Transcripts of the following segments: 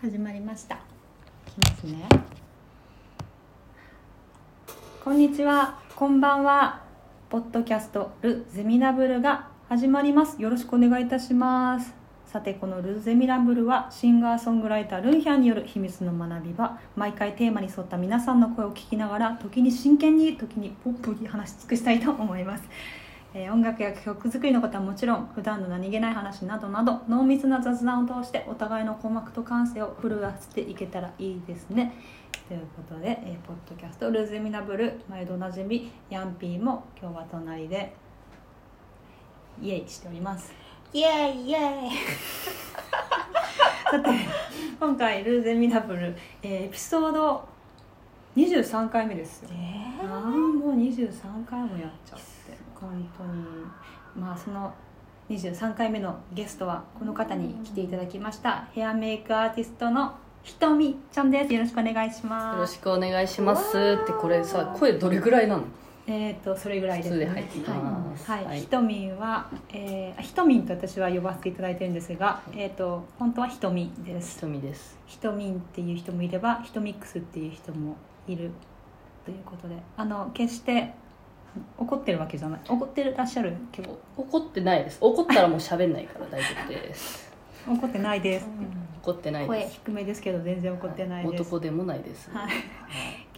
始まりました。いきますね。こんにちは、こんばんは。ポッドキャストルゼミラブルが始まります。よろしくお願いいたします。さてこのルゼミラブルはシンガーソングライタールンヒャンによる秘密の学び場毎回テーマに沿った皆さんの声を聞きながら時に真剣に時にポップに話し尽くしたいと思いますえー音楽や曲作りのことはもちろん普段の何気ない話などなど濃密な雑談を通してお互いの鼓膜と感性を震わせていけたらいいですねということで、えーポッドキャスト「ルーズミナブル」毎度おなじみヤンピーも今日は隣でイエイしておりますイエイイエイさて今回「ルーズミナブル、えーエピソード23回目ですよああもう23回もやっちゃって本当にまあその23回目のゲストはこの方に来ていただきましたヘアメイクアーティストのひとみちゃんですよろしくお願いしますよろしくお願いしますってこれさ声どれぐらいなのえっ、とそれぐらいです、普通で入ってきますはい、は、はいいひとみんは、えー、ひとみんと私は呼ばせていただいてるんですが、えっ、と本当はひとみでひすとみですひとみんっていう人もいればひとミックスっていう人もいるということであの決して怒ってるわけじゃない怒ってらっしゃるけどお怒ってないです怒ったらもう喋んないから大丈夫です怒ってないです怒ってない声で低す低めですけど全然怒ってないです、男でもないです、はい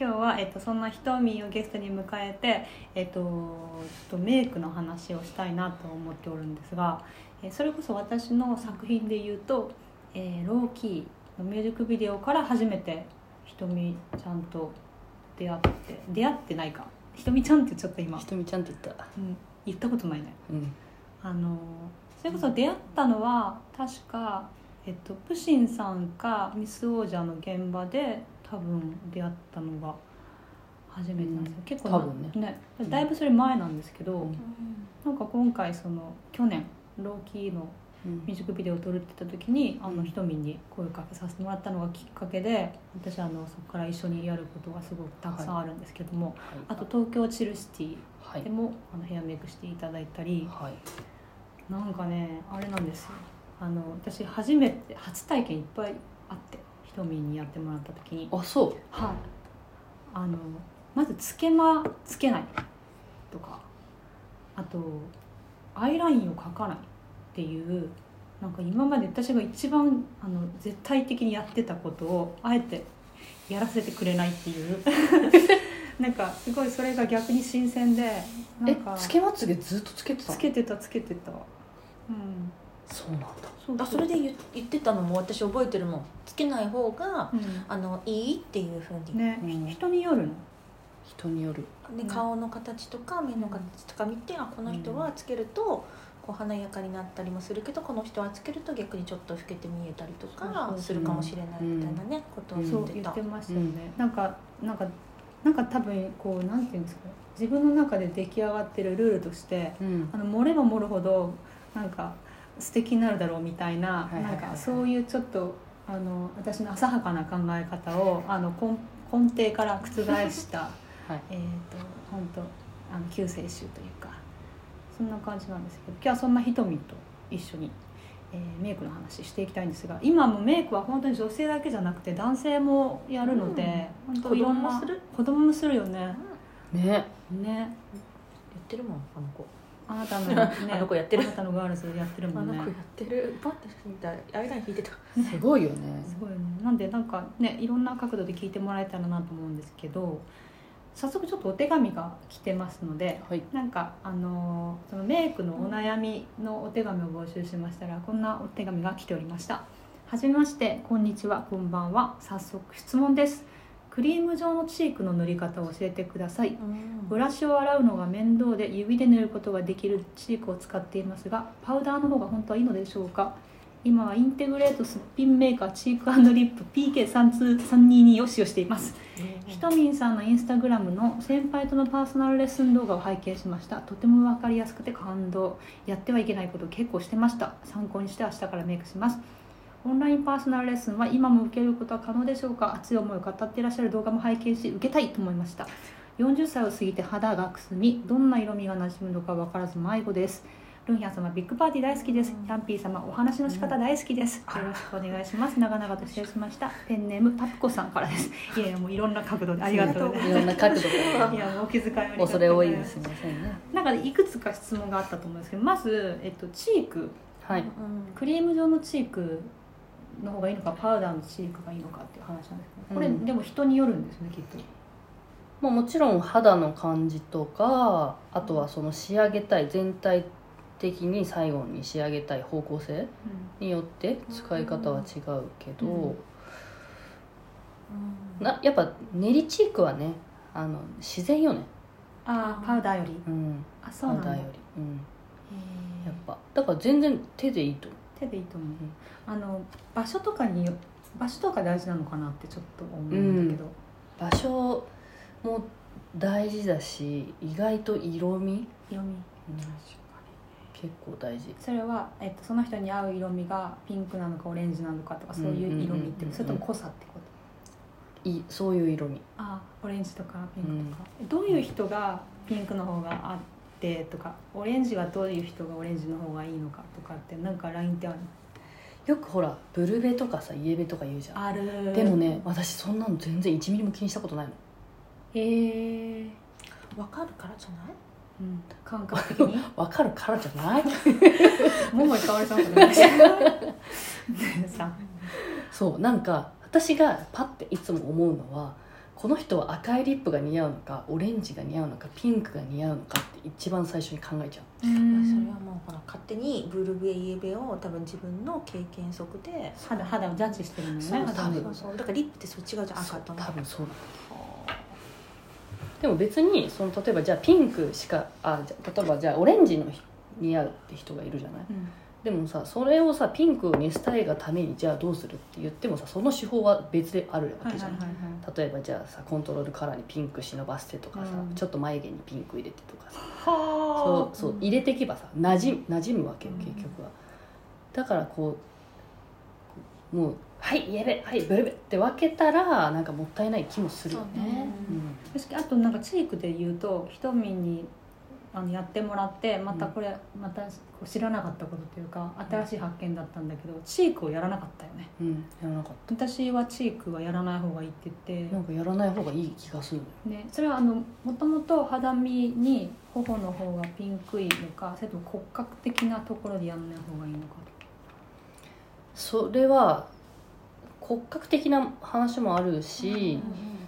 今日は、えっと、そんなひとみんをゲストに迎えて、えっと、ちょっとメイクの話をしたいなと思っておるんですが、えーそれこそ私の作品で言うと「えーローキー」のミュージックビデオから初めてひとみちゃんと出会って出会ってないかひとみちゃんって言っちゃった今ひ、とみちゃんって言ったうん、言ったことないねうんあのそれこそ出会ったのは確か、えっと、プシンさんかミス王者の現場で多分出会ったのが初めてなんですよ、うん結構な多分ねだいぶそれ前なんですけど、うんなんか今回その去年ローキーのうんミュージックビデオを撮るって言った時にあうのんひとみんに声をかけさせてもらったのがきっかけで私あのそこから一緒にやることがすごくたくさんあるんですけども、あと東京チルシティはいでもあのヘアメイクしていただいたり。はいなんかねあれなんですよあの私初めて初体験いっぱいあってひとみんにやってもらった時にあそうはいあのまずつけまつけないとかあとアイラインを描かないっていうなんか今まで私が一番あの絶対的にやってたことをあえてやらせてくれないっていう なんかすごいそれが逆に新鮮でなえんかつけまつげずっとつけてたつのけてたつけてたうんそうなんだそうあそれで言言ってたのも私覚えてるもんつけない方がうあのいいっていうふうに、ん、ねね、うん人によるの人による顔の形とか目の形とか見てあこの人はつけるとこう華やかになったりもするけどこの人はつけると逆にちょっと老けて見えたりとそうかそうするかもしれないみたいなね、ことをうんそ言っうて言た、ってましたよね、なんかなんかなんか多分こうなんていうんですか自分の中で出来上がってるルールとしてうんあの盛れば盛るほどなんか素敵になるだろうみたいな、いはいはいはいなんかそういうちょっとあの私の浅はかな考え方をあの根根底から覆した、はいえっ、と本当あの救世主というかそんな感じなんですけど今日はそんなひとみと一緒に、えーメイクの話していきたいんですが今もメイクは本当に女性だけじゃなくて男性もやるので、本当いろんな子供もする子供もするようんね言ねねってるもんあの子、あなたの、ね あの子やってるあなたのガールズやってるもあんのね子やってるパッて見たらアイライン引いてたすごいよねすごいねなんでなんかねいろんな角度で聞いてもらえたらなと思うんですけど早速ちょっとお手紙が来てますのではいなんかあのーそのメイクのお悩みのお手紙を募集しましたらこんなお手紙が来ておりましたはじめましてこんにちはこんばんは早速質問ですクリーム状のチークの塗り方を教えてくださいブラシを洗うのが面倒で指で塗ることができるチークを使っていますがパウダーの方が本当はいいのでしょうか今はインテグレートすっぴんメーカーチークリップ PK32322 を使用していますひとみんさんのインスタグラムの先輩とのパーソナルレッスン動画を拝見しましたとても分かりやすくて感動やってはいけないことを結構してました参考にして明日からメイクしますオンラインパーソナルレッスンは今も受けることは可能でしょうか熱い思いを語っていらっしゃる動画も拝見し受けたいと思いました40歳を過ぎて肌がくすみどんな色味がなじむのか分からず迷子ですルンヒャン様ビッグパーティー大好きですうんランピー様お話の仕方大好きです、うんよろしくお願いします長々と失礼しましたペンネームタプコさんからですいやいやもういろんな角度でありがとうございいろんな角度でます いやもうお気遣いありがとうございます恐れ多いですみませんねなんかいくつか質問があったと思うんですけどまず、えっと、チークはいうんクリーム状のチークの方がいいのかパウダーのチークがいいのかっていう話なんですけどこれ、うんでも人によるんですねきっとまあ、もちろん肌の感じとかあとはその仕上げたい全体的に最後に仕上げたい方向性によって使い方は違うけど、うんうんなやっぱ練りチークはねあの自然よね、ああパウダーよりうん、あそうなん肌だより、うん、へーやっぱだから全然手でいいと思手でいいと思う、んあの場所とかによ場所とか大事なのかなってちょっと思うんだけど、う場所も大事だし意外と色味、色味うん結構大事それは、えっと、その人に合う色味がピンクなのかオレンジなのかとかそういう色味って、うんうんうんうんそれとも濃さってこといそういう色味あオレンジとかピンクとか、どういう人がピンクの方があってとかオレンジはどういう人がオレンジの方がいいのかとかってなんかラインってあるよくほらブルベとかさイエベとか言うじゃんあるでもね私そんなの全然1ミリも気にしたことないのへえわかるからじゃないうん、感覚的にわかるからじゃない 桃井かおりさんとかし さそうなんか私がパッていつも思うのはこの人は赤いリップが似合うのかオレンジが似合うのかピンクが似合うのかって一番最初に考えちゃうまあそれんはもうほら勝手にブルベイエベを多分自分の経験則で肌肌をジャッジしてるのよねそう多分そうそうだからリップってそう違うじゃんう赤とね多分そうなんだでも別にその例えばじゃあピンクしかあじゃあ例えばじゃあオレンジの似合うって人がいるじゃないうんでもさそれをさピンクにしたいがためにじゃあどうするって言ってもさその手法は別であるわはいはいけじゃはん、いはい例えばじゃあさコントロールカラーにピンク忍ばせてとかさ、うんちょっと眉毛にピンク入れてとかさはそうあそううん入れてけばさなじ馴染むわけようん結局は、だからこうもう「はいやべはいブルベ」って分けたらなんかもったいない気もするよそうねうん確かにあとなんかチークで言うと瞳にあのやってもらってまたこれ、またこう知らなかったことというか新しい発見だったんだけどチークをやらなかったよねうん、やらなかっ私はチークはやらない方がいいって言ったてな、んかやらない方がいい気がするのよね、それはあのもともと肌身に頬の方がピンクいのかそれとも骨格的なところでやらない方がいいのかそれは骨格的な話もあるし、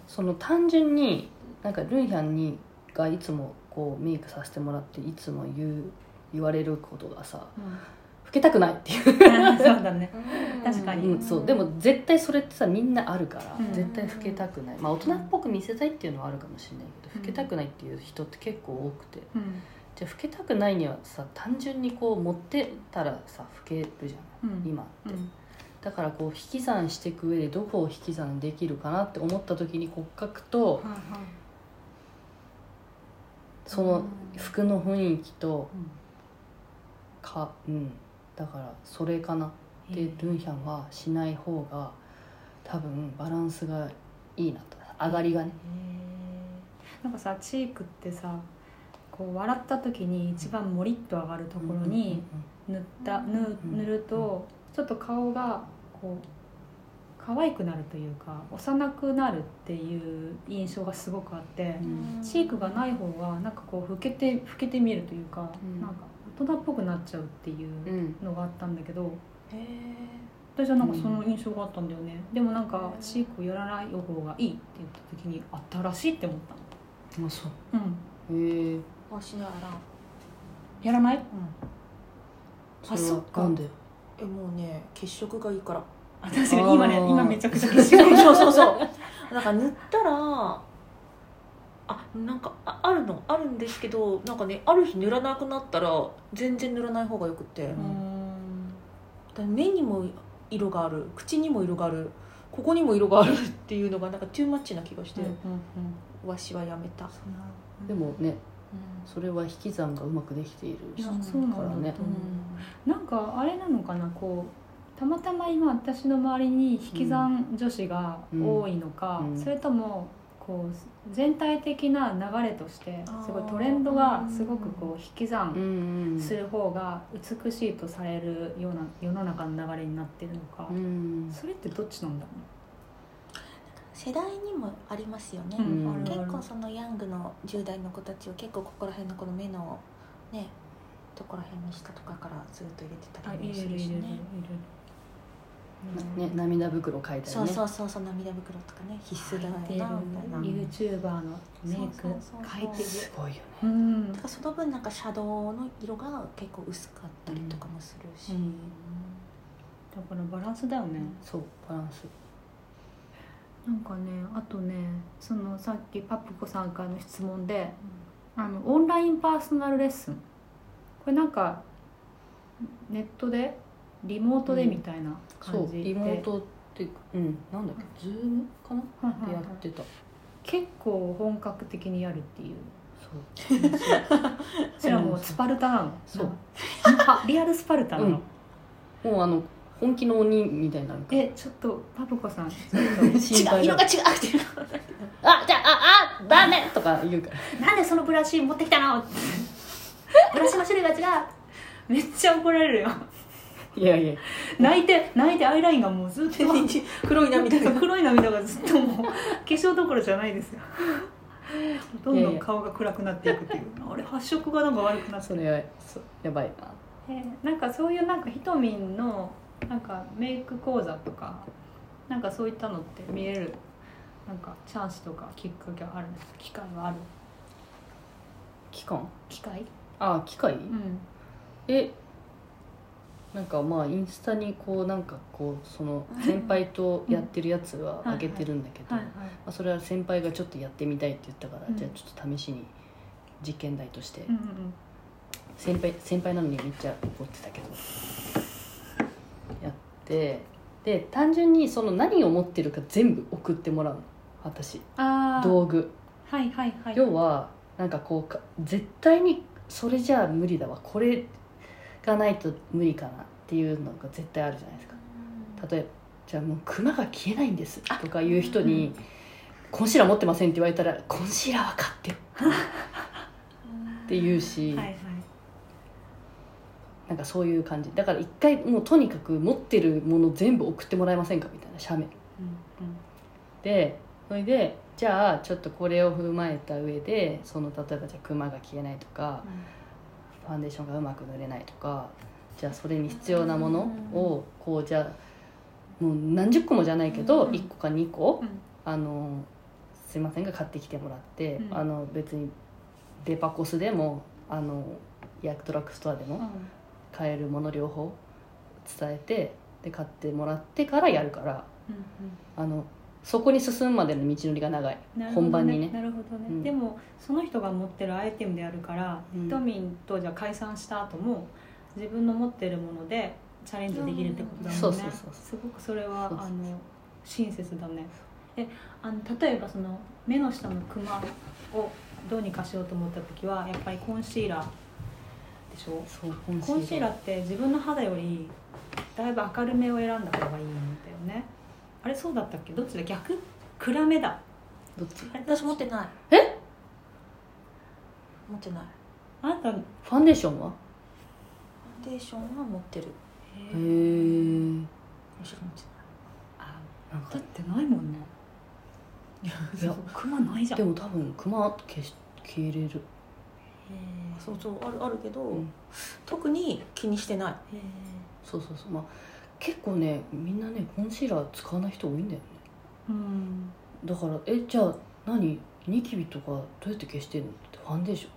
その単純になんかルンヒャンにがいつもこうメイクさせてもらっていつも言う言われることがさ老けたくないっていう、うん そうだね確かうにんそうでも絶対それってさみんなあるから、うん絶対老けたくないまあ大人っぽく見せたいっていうのはあるかもしれないけど、老けたくないっていう人って結構多くてうんじゃあ老けたくないにはさ単純にこう持ってたらさ老けるじゃうんん今って、うんだからこう引き算していく上でどこを引き算できるかなって思った時に骨格とはいはいその服の雰囲気とかうんだからそれかなでルンヒャンはしない方が多分バランスがいいなと上がりがねへーなんかさチークってさこう笑った時に一番モリッと上がるところに塗った塗うん塗るとちょっと顔がこう可愛くなるというか幼くなるっていう印象がすごくあってう、んチークがない方がなんかこう老けて老けて見えるというか、うんなんか大人っぽくなっちゃうっていうんううんのがあったんだけどへえ私はなんかその印象があったんだよね、でもなんかチークをやらない方がいいって言った時にあったらしいって思ったの。うんあそううん、へえわしならやらないそれそはっかなんでえもうね血色がいい から私あー今ね今めちゃくちゃそうそうそうなんか塗ったらあなんかああるのあるんですけどなんかねある日塗らなくなったら全然塗らない方がよくて、んだ目にも色がある口にも色があるここにも色があるっていうのがなんかトゥーマッチな気がして、わしはやめた、でもねそれは引き算がうまくできているいやうんそうなんだと思う、ねなんかあれなのかなこうたまたま今私の周りに引き算女子が多いのか、うんうんそれともこう全体的な流れとしてあーすごいトレンドがすごくこう引きう算んする方が美しいとされるような世の中の流れになってるのか、うんそれってどっちなんだろ世代にもありますよね、うね、んあるあ結る構そのヤングの10代の子たちを結構ここら辺のこの目のねところら辺の下とかからずっと入れてたありいもるいするるいしるいるねうねん涙袋書いたりねそうそうそうそう涙袋とかね必須だよなみたいなうんユーチューバーのメイクそうそうそうそう描いてるすごいよねうんだからその分なんかシャドウの色が結構薄かったりとかもするし、うんだからバランスだよねそうバランスなんかねあとねそのさっきパプコさんからの質問であのオンラインパーソナルレッスンこれなんかネットでリモートでみたいなそ感うじで、リモートってうんなんだっけズームかなはいはいでやはいってた 結構本格的にやるっていうそうそれはもうスパルタなのそうあ リアルスパルタなの、もうあの本気の鬼みたいになるからえちょっとパプコさんちょっ心配だ違うっていう あじゃあああダメとか言うからとなんでそのブラシ持ってきたのブラシの種類が違うめっちゃ怒られるよいやいや泣いて泣いてアイラインがもうずっと黒い涙 が黒い涙がずっともう化粧どころじゃないですよどんどん顔が暗くなっていくっていうあれ発色がなんか悪くなってそれはそやばいなえーなんかそういうなんかひとみんのなんかメイク講座とかなんかそういったのって見えるなんかチャンスとかきっかけはあるんですか機会はある期間機会あ機械、うんえなんかまあインスタにこうなんかこうその先輩とやってるやつはうんあげてるんだけど、はいはいまあ、それは先輩がちょっとやってみたいって言ったから、うんじゃあちょっと試しに実験台として、うんうん先輩先輩なのにめっちゃ怒ってたけどやってで単純にその何を持ってるか全部送ってもらうの私うんああ道具はいはいはい要はなんかこうか絶対にそれじゃあ無理だわこれがないと無理かなっていうのが絶対あるじゃないですか例えばじゃあもうクマが消えないんですとかいう人に「コンシーラー持ってません」って言われたら「コンシーラーは買って」って言うし、はいはいなんかそういう感じだから一回もうとにかく持ってるもの全部送ってもらえませんかみたいな写メうんでそれでじゃあちょっとこれを踏まえた上でその例えばじゃあクマが消えないとかファンデーションがうまく塗れないとかじゃあそれに必要なものをこうじゃあもう何十個もじゃないけどうん1個か2個うんあのすいませんが買ってきてもらってうんあの別にデパコスでもあのヤドラッグストアでうんも買えるもの両方伝えてで買ってもらってからやるからうんあのそこに進むまでの道のりが長い、うん本番にねなるほどね、うんでもその人が持ってるアイテムであるから、うんヒトミンとじゃあ解散した後も自分の持ってるものでチャレンジできるってことだもんね、そうそうそうすごくそれはそうそうあそうの親切だねえあの例えばその目の下のクマをどうにかしようと思った時はやっぱりコンシーラーでしょそうコンコンシーラーーって自分の肌よりだいぶ明るめを選んだ方がいいんだよねあれそうだったっけどっちだ逆暗めだどっちあれ私持ってないえ持ってないあなたファンデーションはファンデーションは持ってるへえむしろ持ってないあなんかだってないもんねいやクマないじゃんでも多分クマ消し消えれるそうそうあるあるけど、うん特に気にしてないへえそうそうそうまあ結構ねみんなねコンシーラー使わない人多いんだよねうんだからえじゃあ何ニキビとかどうやって消してんのってファンデーション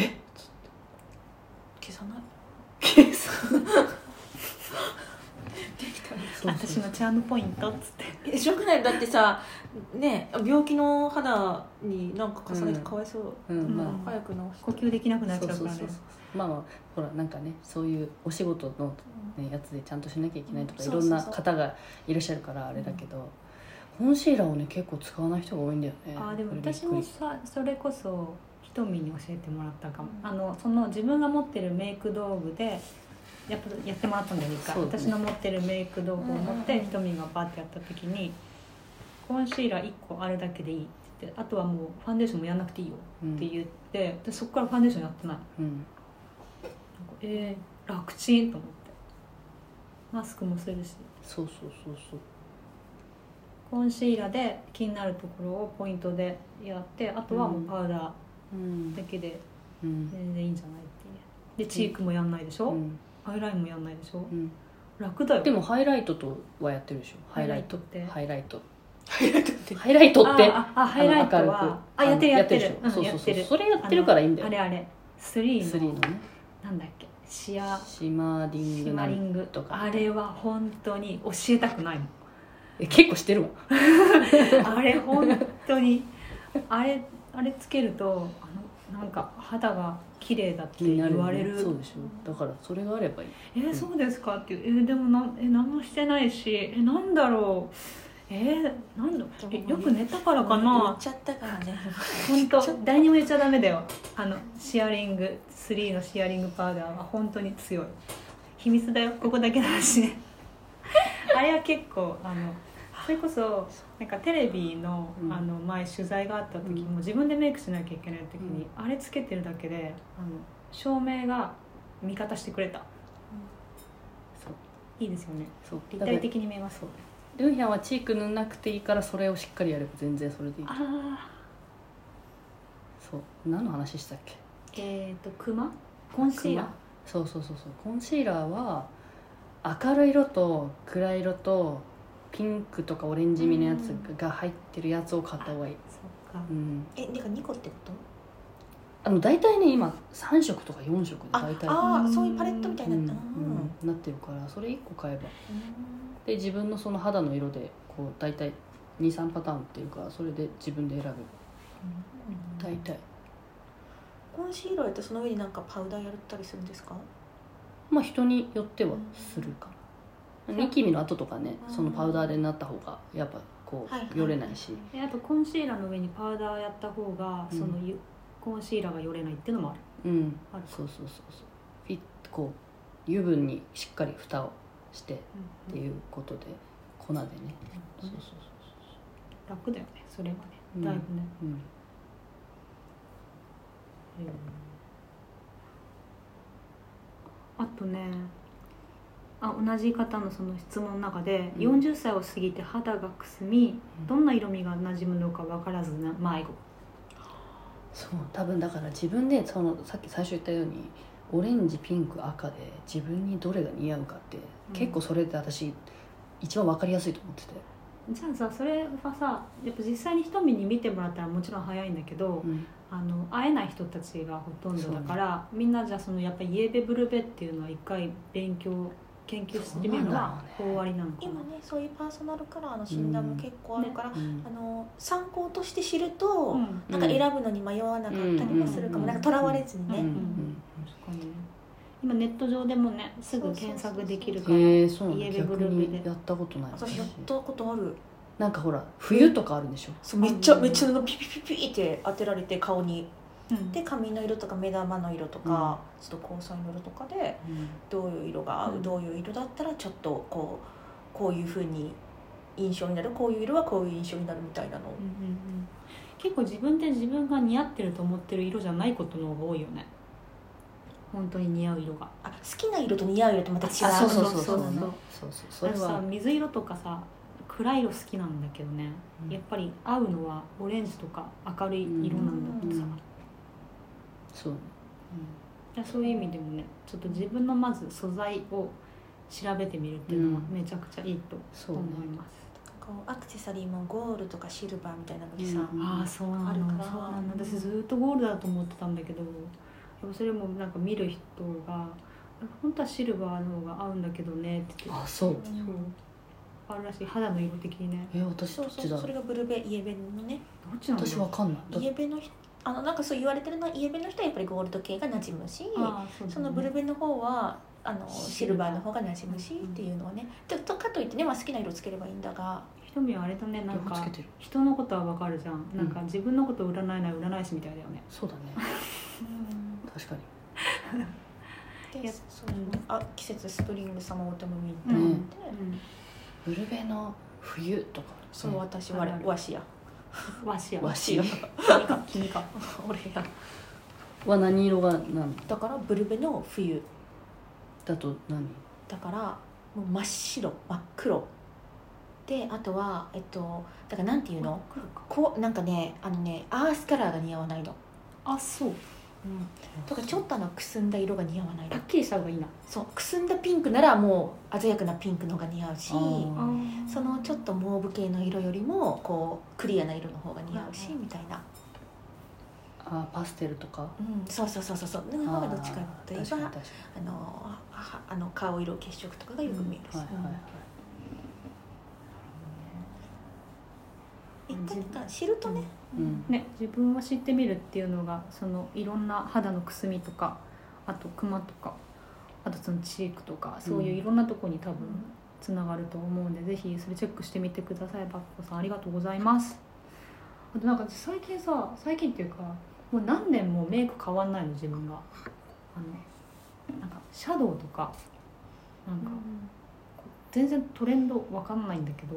えっつって消さない消すそうそう私のチャームポイントっつってえしょくないだってさね病気の肌になんか重ねてうんかわいそう、うんまあうん早く治して呼吸できなくなっちそゃうかうそうらそうねそうまあまあほらなんかねそういうお仕事の、ね、やつでちゃんとしなきゃいけないとか、うんいろんなそうそうそう方がいらっしゃるからあれだけど、コンシーラーをね結構使わない人が多いんだよねあーでもこれびっ私くもりしさそれこそひとみに教えてもらったかも、うんあのその自分が持ってるメイク道具でやっぱやってもらったんだよ一回、そうだね私の持ってるメイク道具を持ってうんうんうひんとみがバーってやった時にコンシーラー1個あるだけでいい」って言って「あとはもうファンデーションもやんなくていいよ」うんって言ってでそこからファンデーションやってないなんかうんえー、楽ちんと思ってマスクもするしそうそうそうそうコンシーラーで気になるところをポイントでやってあとはもうパウダうんーだけでうん全然いいんじゃないっていうでチークもやんないでしょ、うんアイラインもやんないでしょうん楽だよでもハイライトとはやってるでしょハイライトってハイライトハイライトってハイライトってあああハイライトあのはあやってるあのやってるでしょうんそうやっそてうるそうそれやってるからいいんだあよれあれスリスーリーののねなんだっけシアシマーリンシグなマリんングとかあれは本当に教えたくないもんえ結構してるわあれ本当にあれあれつけるとあのなんか肌が綺麗だって気になる言よわねれるそうでしょだからそれがあればいいえーそうですかっていう、えーでもなんえー何もしてないしえーなんだろうえー、なんだえよく寝たからか言なっちゃったからね本当誰にも言っちゃダメだよあのシアリング3のシアリングパウダーは本当に強い秘密だよここだけだし あれは結構あのそれこそなんかテレビの,、うんあの前取材があった時うんも自分でメイクしなきゃいけない時に、あれつけてるだけであの照明が味方してくれたそういいですよねそう立だから体的に見えますそうルンヒャンはチーク塗んなくていいからそれをしっかりやれば全然それでいいあそう何の話したっけえっ、とクマコンシーラークマそうそうそうそうコンシーラーは明るい色と暗い色とピンクとかオレンジ味のやつが入ってるやつを買った方がいい、そっかうん、えなんか2個ってことあの大体ね今3色とか4色であ大体あーそういうパレットみたいうにんうなったなうんんなってるからそれ1個買えばで自分のその肌の色でこう大体23パターンっていうかそれで自分で選ぶ大体コンシーラーやってその上になんかパウダーやったりするんですかまあ人によってはするかなニキビの後とかねうんそのパウダーでなった方がやっぱこはいはういよれないしえあとコンシーラーの上にパウダーやった方が、うんそのゆコンシーラーがよれないっていうのもあるうんあるそうそうそうそうフィッこう油分にしっかり蓋をしてっていうことで粉でねうそんうそうそう楽だよねそれはねうんだいぶね、そううんあとねあ同じ方のその質問の中で、うん40歳を過ぎて肌がくすみどんな色味が馴染むのか分からずな迷子そう多分だから自分でそのさっき最初言ったようにオレンジピンク赤で自分にどれが似合うかって、結構それって私一番分かりやすいと思ってて、じゃあさそれはさやっぱ実際に一目に見てもらったらもちろん早いんだけど、うんあの会えない人たちがほとんどだから、みんなじゃあそのやっぱイエベブルベっていうのは一回勉強研究してみるのはそう終なわりなのかな今ねそういうパーソナルカラーの診断も結構あるから、うんあの参考として知ると、うんなんか選ぶのに迷わなかったりもするかも、うんなんかとらわれずにね、うん確かにね今ネット上でもねすぐ検索できるうかんらへえそうなのイエベ逆ブルベでにやったことない私私やったことあるなんかほら冬とかあるんでしょそうめっちゃうんめっちゃなんかピピピピって当てられて顔にうんで髪の色とか目玉の色とか、ちょっと交際の色とかでどういう色が合う、うんどういう色だったらちょっとこうこういうふうに印象になるこういう色はこういう印象になるみたいなの、うんうんうん結構自分で自分が似合ってると思ってる色じゃないことの方が多いよね本当に似合う色があ好きな色と似合う色とまた違うあそうそうそそうそうそううそうそうそうそれ私さは水色とかさ暗い色好きなんだけどね、うんやっぱり合うのはオレンジとか明るい色なんだけどさ、うんそういやそういう意味でもねちょっと自分のまず素材を調べてみるっていうのはうんめちゃくちゃいいとそう思ねいます、こうアクセサリーもゴールとかシルバーみたいなのでさ、うんああそうなのあるからそうなの私ずっとゴールだと思ってたんだけどやっぱそれもなんか見る人が「本当はシルバーの方が合うんだけどね」って言ってあそううんそうあるらしい肌の色的にねえ私そどうっそうちそうだそれがブルベイエベのねどっちなんだ私わかんないだイエベの人あのなんかそう言われてるのはイエベの人はやっぱりゴールド系が馴染むしあーそうだねそのブルベの方はあのシシルルババーーの方が馴染むしっていうのはねちょっとかといってね、まあ、好きな色つければいいんだがひとみはあれだねなん両方かつけてる人のことはわかるじゃんなんかうん自分のことを占えない占い師みたいだよねそうだね確かにいやでそうあ季節スプリングサマーオータムウィンタうーんで、ブルベの冬とかそう私あはるあるわしやわしやわしわし君か君か俺やは何色がなんだからブルベの冬だと何だからもう真っ白真っ黒であとはえっとだからなんていうの来るかこうなんかねあのねアースカラーが似合わないの、あそううん、とかちょっとあのくすんだ色が似合わないはのっきりした方がいいなそうくすんだピンクならもう鮮やかなピンクのが似合うしあーそのちょっとモーブ系の色よりもこうクリアな色の方が似合うしうんみたいな、あーパステルとかうん、そうそうそうそうそうの方がどっちかといえあー確かにば確かあのはあの顔色血色とかがよく見えるし、にはいはいはい一回なんか知るとね、うんね、自分を知ってみるっていうのがそのいろんな肌のくすみとかあとクマとかあとそのチークとかそういういろんなとこに多分つながると思うんで、ぜひそれチェックしてみてくださいバッコさんありがとうございますあとなんか最近さ最近っていうかもう何年もメイク変わんないの自分があのなんかシャドウとかなんか全然トレンドわかんないんだけど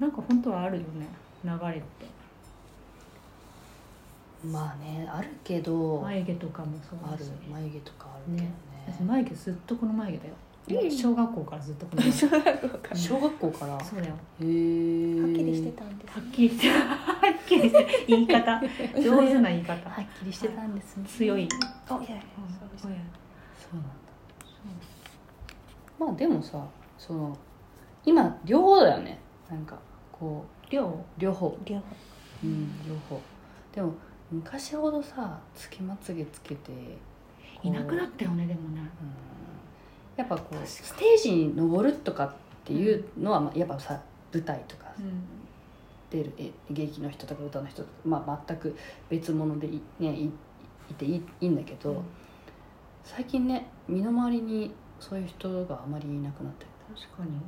なんか本当はあるよね流れって。まあねあるけどあ眉毛とかもそうだるし眉毛とかあるけどね私眉毛ずっとこの眉毛だよ、うん小学校からずっとこの眉 毛小学校からへそうだよえははっきりしてたんですはね、っきりしてはっきりして言い 方上手な言い方はっきりしてたんですね強い、おいやいやそうですうんそうなんだまあでもさその今両方だよねなんかこう量両方両方うん両方でも昔ほどさつけまつげつけてこういなくなったよねでもねうんやっぱこ確かうにステージに登るとかっていうのは、まあ、やっぱさ舞台とかうん出るえ劇の人とか歌の人とか、まあ、全く別物でい,、ね、いいていいいいんだけど、うん最近ね身の回りにそういう人があまりいなくなってる、確かに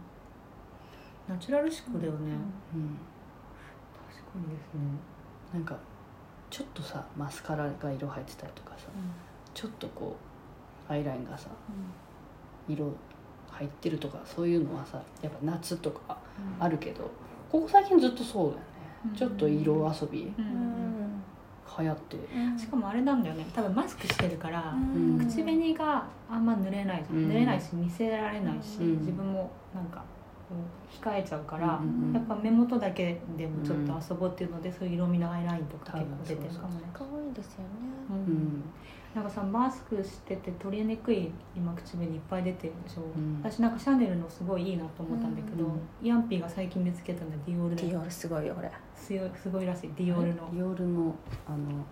ナチュラル思考だよね、うん、確かにですねなんかちょっとさマスカラが色入ってたりとかさちょっとこうアイラインがさ色入ってるとかそういうのはさやっぱ夏とかある、るけどここ最近ずっとそうだようね、んちょっと色遊びうん流行ってしかもあれなんだよね多分マスクしてるから、ん口紅があんま塗れないじゃん、うん塗れないし見せられないし、うん自分もなんかこう控えちゃうから、うんうんうんやっぱ目元だけでもちょっと遊ぼうっていうので、そういう色味のアイラインとか結構出てるかもね、可愛いですよねううんんなんかさマスクしてて取りにくい今口紅いっぱい出てるでしょ、うん私なんかシャネルのすごいいいなと思ったんだけど、うんイアンピーが最近見つけたのはディオールデでィオールすごいよこれすごいすごいらしいディオールの、ヨールのあの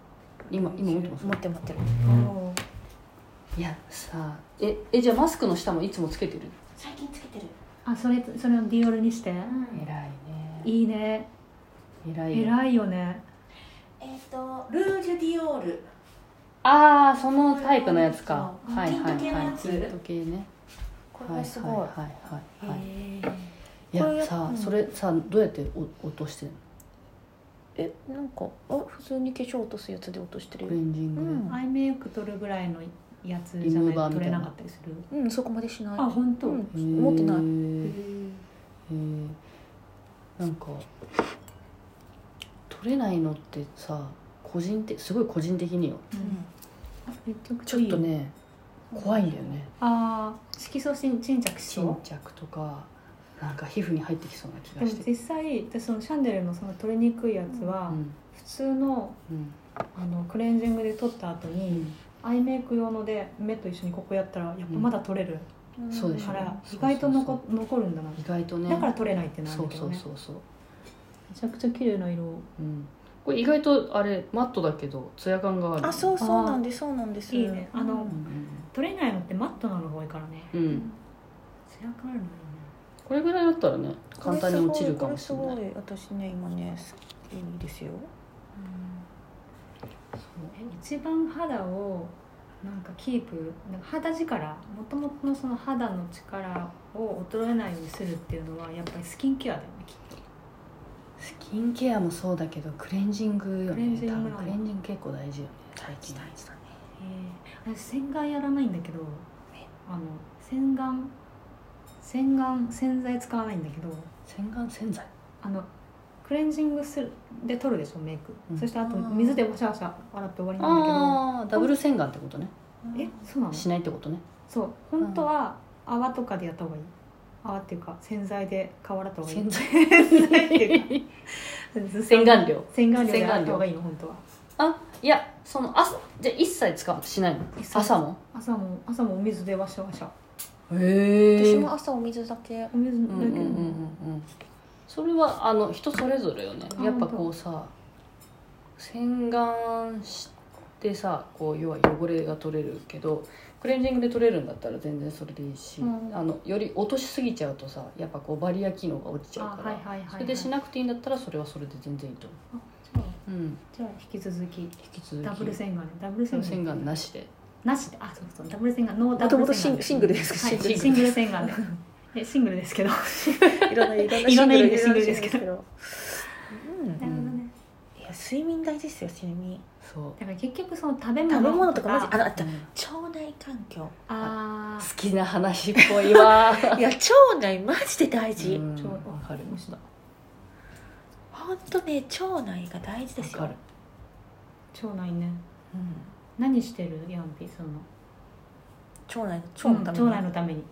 今今持ってます持って持ってるおーいやさええじゃあマスクの下もいつもつけてる最近つけてるあそれそれをディオールにして、偉いねいいね偉いよ偉いよねえっとルージュディオールああそのタイプのやつかそうはいはいピンク系のはやいつピンク系ねこはいはいはいはいはいいこういやうさうんそれさどうやってお落としてるのえなんかあ普通に化粧落とすやつで落としてるクレよンジングでうんアイメイク取るぐらいのやつじゃリムなーバーいと取みたいれななかったりするうんそこまでしないあ本当、うんへー持ってないへーなんか取れないのってさ個人的すごい個人的によめちゃくちちゃょいっいとね怖いんだよねああ色素沈沈着し沈そ着とかなんか皮膚に入ってきそうな気うでがもして実際私そのシャンデルのその取れにくいやつうは、ん普通のうんあのクレンジングで取った後に、アイメイク用ので目と一緒にここやったらやっぱまだ取れる、うんそうでしだょからそう意外と残残るんだな、意外とねだから取れないってなるそんうだけそどうねそうそうめちゃくちゃ綺麗な色うんこれ意外とあれマットだけどツヤ感があるあそうそうなんですそうなんですいいねあのうん取れないのってマットなのが多いからねうん、うん、艶感あるのよねこれぐらいだったらね簡単に落ちるかもしれないこすごい私ね今ね好きいいですよえ一番肌をなんかキープなんか肌力もともとのその肌の力を衰えないようにするっていうのはやっぱりスキンケアだよねきっとスキンケアもそうだけどクレンジングよクレンねジン多グ分クレンジング結構大事よね最近だねえー、私洗顔やらないんだけどあの洗顔洗顔洗剤使わないんだけど洗顔洗剤あのクレンジングするで取るでしょメイク、うんそしてあとあー水でわしゃわしゃ洗って終わりなんだけどああダブル洗顔ってことねえそうなのしないってことねそう本当は泡とかでやった方がいい泡っていうか洗剤で顔洗った方がいい洗剤 洗剤っていうか洗顔料洗顔料で洗った方がいいの本当はあいやその朝じゃあ一切使うしないの一切朝も朝も朝もお水でわしゃわしゃへ私も朝お水だけお水だけ、うんうんうんうんうんそれはあの人それぞれよねあやっぱこうさ洗顔してさこう要は汚れが取れるけどクレンジングで取れるんだったら全然それでいいし、うんあのより落としすぎちゃうとさやっぱこうバリア機能が落ちちあゃうかはら、いはいはい、はい、それでしなくていいんだったらそれはそれで全然いいと思じゃあう、うん、じゃあ引き続き引き続きダブル洗顔ねダブル洗顔洗顔なしでなしであそうそうダブル洗顔ノーダブもとルもと洗シ顔ンシングルですか、はいシングルシングル洗顔で えシングルですけどいろんないろんいろんな意味でいろシングルですけど、うん、なるほどねいや睡眠大事ですよ睡眠そう、だから結局その食べ物食べ物とかマジあのあとうん腸内環境あ好ーきな話っぽ いわ いや腸内マジで大事、うんちょうどわかるほんとね腸内が大事ですよわかる腸内ねうん何してるヤンピその腸内の腸のために、うん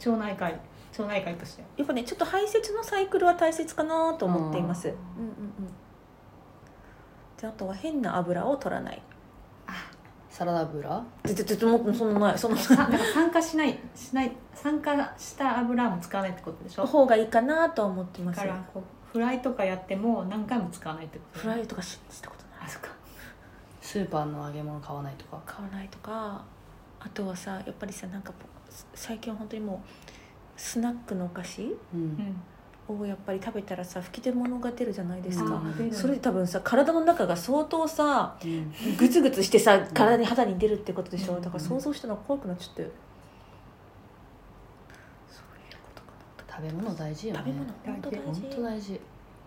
腸内のために腸内会腸内会としてやっぱねちょっと排泄のサイクルは大切かなと思っていますあうーんうんうんであとは変な油を取らないサラダ油ででででもそんなないそんなさだから酸化しないしない酸化した油も使わないってことでしょ方がいいかなとは思ってまだすからこうフライとかやっても何回も使わないってことフライとかししたことないあそっかスーパーの揚げ物買わないとか買わないとかあとはさやっぱりさなんか最近は本当にもうスナックのお菓子うん、うんをやっぱり食べたらさ吹き出物が出るじゃないですあか、ー出るそれで多分さ体の中が相当さうんグツグツしてさ体に肌に出るってことでしょ、うんだから想像したのが怖くなっちゃって、そういうことか食べ物大事よなね食べ物本当大本事当大事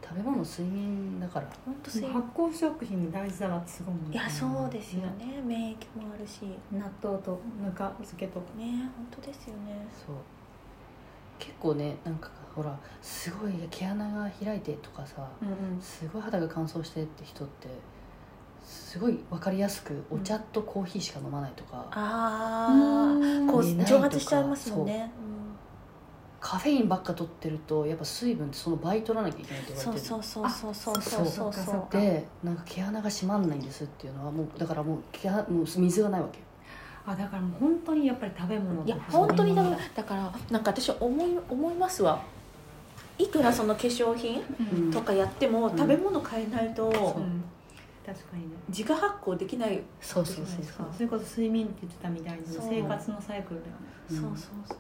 食べ物睡眠だから本当で水も分発酵食品大事だなってすごい思ういやそうですよね、免疫もあるしね納豆とぬか漬けとか本当ですよねそう結構ねなんかほらすごい毛穴が開いてとかさうんうんすごい肌が乾燥してって人ってすごい分かりやすくお茶とコーヒーしか飲まないとか、ああこう寝ないと蒸か発しちゃいますもんねカフェインばっか取ってるとやっぱ水分ってその倍取らなきゃいけないってうん言われそてうるそうそうそうそうそうそうあそうそかうでなんか毛穴が閉まんないんですっていうのはもうだからもう毛穴もう水がないわけあだからもう本当にやっぱり食べ物いや本当にだめだからなんか私思い思いますわいくらその化粧品うんとかやっても、うん食べ物変えないとうん確かにね自家発酵できない、そうそうそうそうそれこそ睡眠って言ってたみたいにそう生活のサイクルだよねうんそうそうそう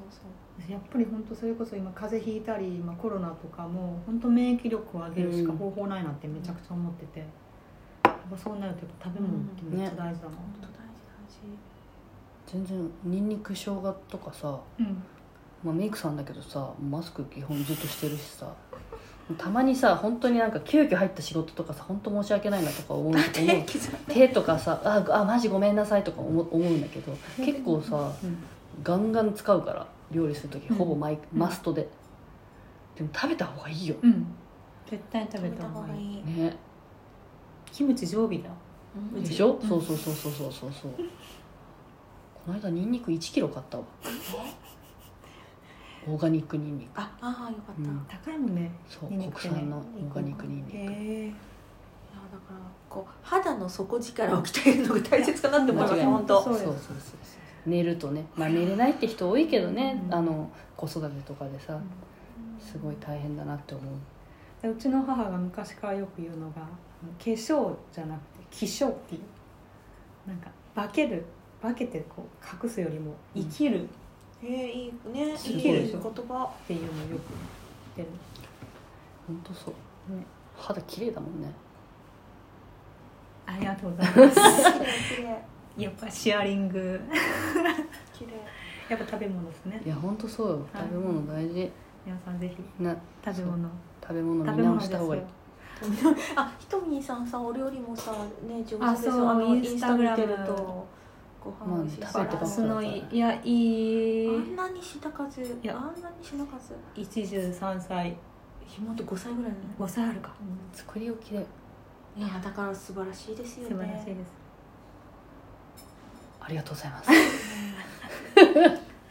そやっぱり本当それこそ今風邪ひいたり、まあ、コロナとかも本当免疫力を上げるしか方法ないなってめちゃくちゃ思ってて、やっぱそうなるとやっぱ食べ物ってめっちゃ大事だなう本当大事大事全然ニンニク生姜とかさ、うんまあ、メイクさんだけどさマスク基本ずっとしてるしさたまにさ本当になんか急遽入った仕事とかさ本当申し訳ないなとか思う思う手刻ん手とかさああマジごめんなさいとか思う思うんだけど結構さガンガン使うから料理する時ほぼマイ、うんマストででも食べた方がいいよ、うん、絶対食食べべたた方方ががいいいい、ねキムチ常備だようんでしょ、うんそうそうそうそうそうそうそうこの間ニンニク1キロ買ったわオーガニックニンニクああーよかった、うんいや高いもんねそう、ニンニ国クってね産のオーガニックニンニクへえだからこう肌の底力を鍛えるのが大切かなって思います間違いない本当そうですそうそうそう寝るとね、まあ、寝れないって人多いけどね、うんあの子育てとかでさすごい大変だなって思うでうちの母が昔からよく言うのがあの化粧じゃなくて気性っていうなんか化ける化けてこう隠すよりも生きるっえー、いいねすごいいい言葉ていうのをよく言ってる本当そう、ね肌綺麗だもんねありがとうございます綺麗やっぱシェアリング綺麗やっぱ食べ物ですねいや本当そうよはい食べ物大事、皆さんぜひな食べ物食べ物食見べ物直でしすた方がいいよあひとみんさんさお料理もさね上手ですあそうよあのインスタグラムインスタ見てるとご飯美味しいまあバラン食べてばっそかりのいいやいあいんなに品数いやあんなに品数一十三歳ひもって5歳ぐらいなの五歳あるか作り置きでいやだから素晴らしいですよ素ね晴らしいですありがとうございます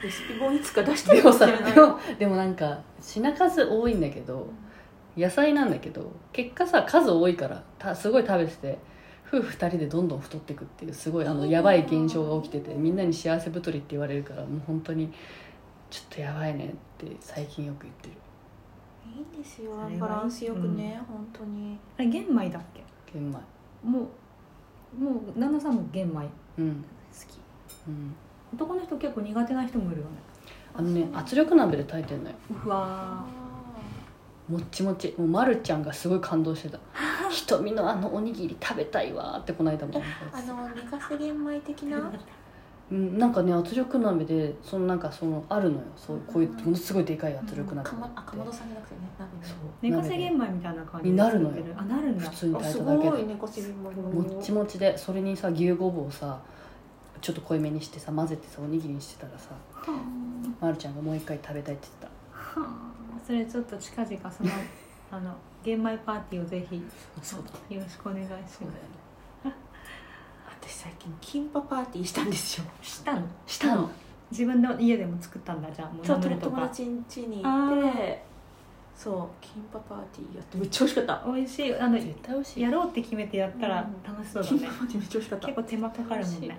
レシピ本いつか出してでるかももしされないでもでもなんか品数多いんだけど野菜なんだけど結果さ数多いからたすごい食べてて夫婦2人でどんどん太っていくっていうすごいあのやばい現象が起きててみんなに幸せ太りって言われるからもう本当にちょっとやばいねって最近よく言ってるいいんですよあれはいいバランスよくね、本当にあれ玄米だっけ玄米もうもう旦那さんも玄米好うんきうん男の人結構苦手な人もいるよねあのねそう圧力鍋で炊いてんのようわあもっちもちもうまるちゃんがすごい感動してた 瞳のあのおにぎり食べたいわーってこの間も思ったーあの寝かせ玄米的 なうんなんかね圧力鍋でそのなんかそのあるのよそうこういうものすごいでかい圧力鍋かがまああってかまどさんじゃなくてね鍋ねそう寝かせ鍋で玄米みたいな感じになるのよ作ってあなるんだ普通にあ炊すいただけごいで寝かせ玄米もっちもちでそれにさ牛ごぼうをさちょっと濃いめにしてさ混ぜてさおにぎりにしてたらさはまるちゃんがもう一回食べたいって言ってあそれちょっと近々 そのあの玄米パーティーをぜひたそうだよろしくお願いしますそうだよね私最近キンパパーティーしたんですよしたのしたの自分の家でも作ったんだじゃあもうそうナムルと友か達ん家にあ行ってそうキンパパーティーやってめっちゃ美味しかった美味しいあの絶対美味しいやろうって決めてやったらうん楽しそうだキンねパパ、ーティーめっちゃ美味しかった結構手間かかるもん美味しいね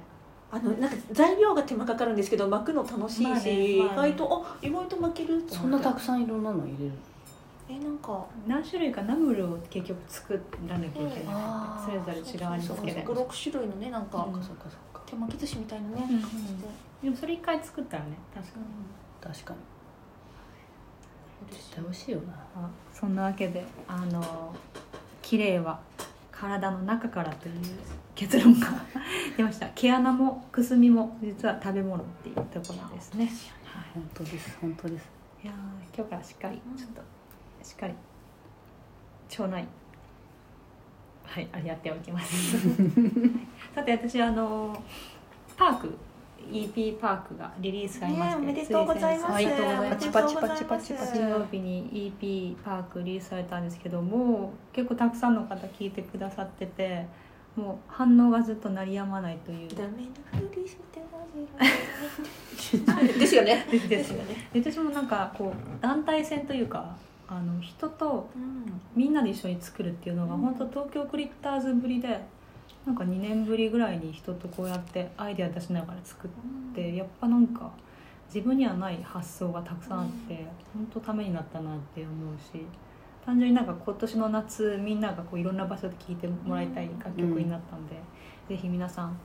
あのなんか材料が手間かかるんですけど巻くの楽しいし、まあねまあね意外とあ意外と巻けるとそんなたくさんさんいろんなの入れるえなんか何種類かナムルを結局作らなきゃいけうんなあいーそれぞれ違う味そ付うそうけでそう56種類のねなんか、うんそっかそっかそっか手巻き寿司みたいなね、うん感じででもそれ一回作ったらね確かに確かに絶対美味しいよなあそんなわけであの綺麗は体の中からという結論が出ました毛穴もくすみも実は食べ物っていうところですね、は本当です本当ですい、いやー今日からしっかりうんちょっとしっかり腸内はいあれやっておきます さて私あのパーク EP パークがリリースされまして、ねえおめでとうございますつい先日おめでとうございおめでとうございますますパチパチパチパチ水曜日に EP パークリリースされたんですけども結構たくさんの方聞いてくださっててもう反応がずっと鳴りやまないというダメなふりしてマ ジでですよねですですよね、で私もなんかこう団体戦というかあの人とうん、みんなで一緒に作るっていうのがうん本当東京クリッターズぶりでなんか2年ぶりぐらいに人とこうやってアイデア出しながら作ってやっぱなんか自分にはない発想がたくさんあって本当ためになったなって思うし単純になんか今年の夏みんながこういろんな場所で聴いてもらいたい楽曲になったんで、ぜひ皆さん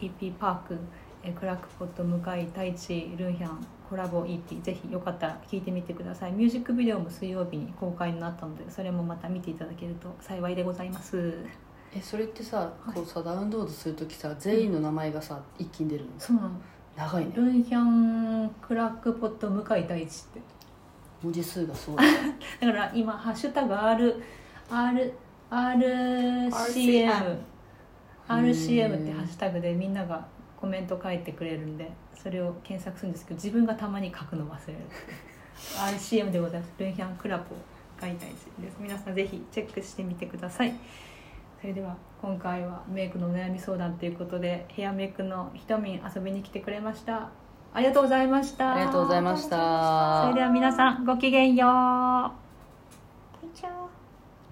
EP パークえークラックポット向井太一ルンヒャンコラボ EP ぜひよかったら聴いてみてくださいミュージックビデオも水曜日に公開になったのでそれもまた見ていただけると幸いでございますえそれってさこうさダウンロードする時さ全員の名前がさ一気に出るのそうなの長いねルンヒャンクラックポット向井太一って文字数がすごいだから今「ハッシュタグ #RRRCM」RCM RCM ってハッシュタグでみんながコメント書いてくれるんでそれを検索するんですけど自分がたまに書くの忘れる RCM でございますルンヒャンクラポ書いたりです皆さんぜひチェックしてみてくださいそれでは今回はメイクのお悩み相談ということでヘアメイクのひとみん遊びに来てくれましたありがとうございましたありがとうございましあたそれでは皆さんごきげんようこんにちは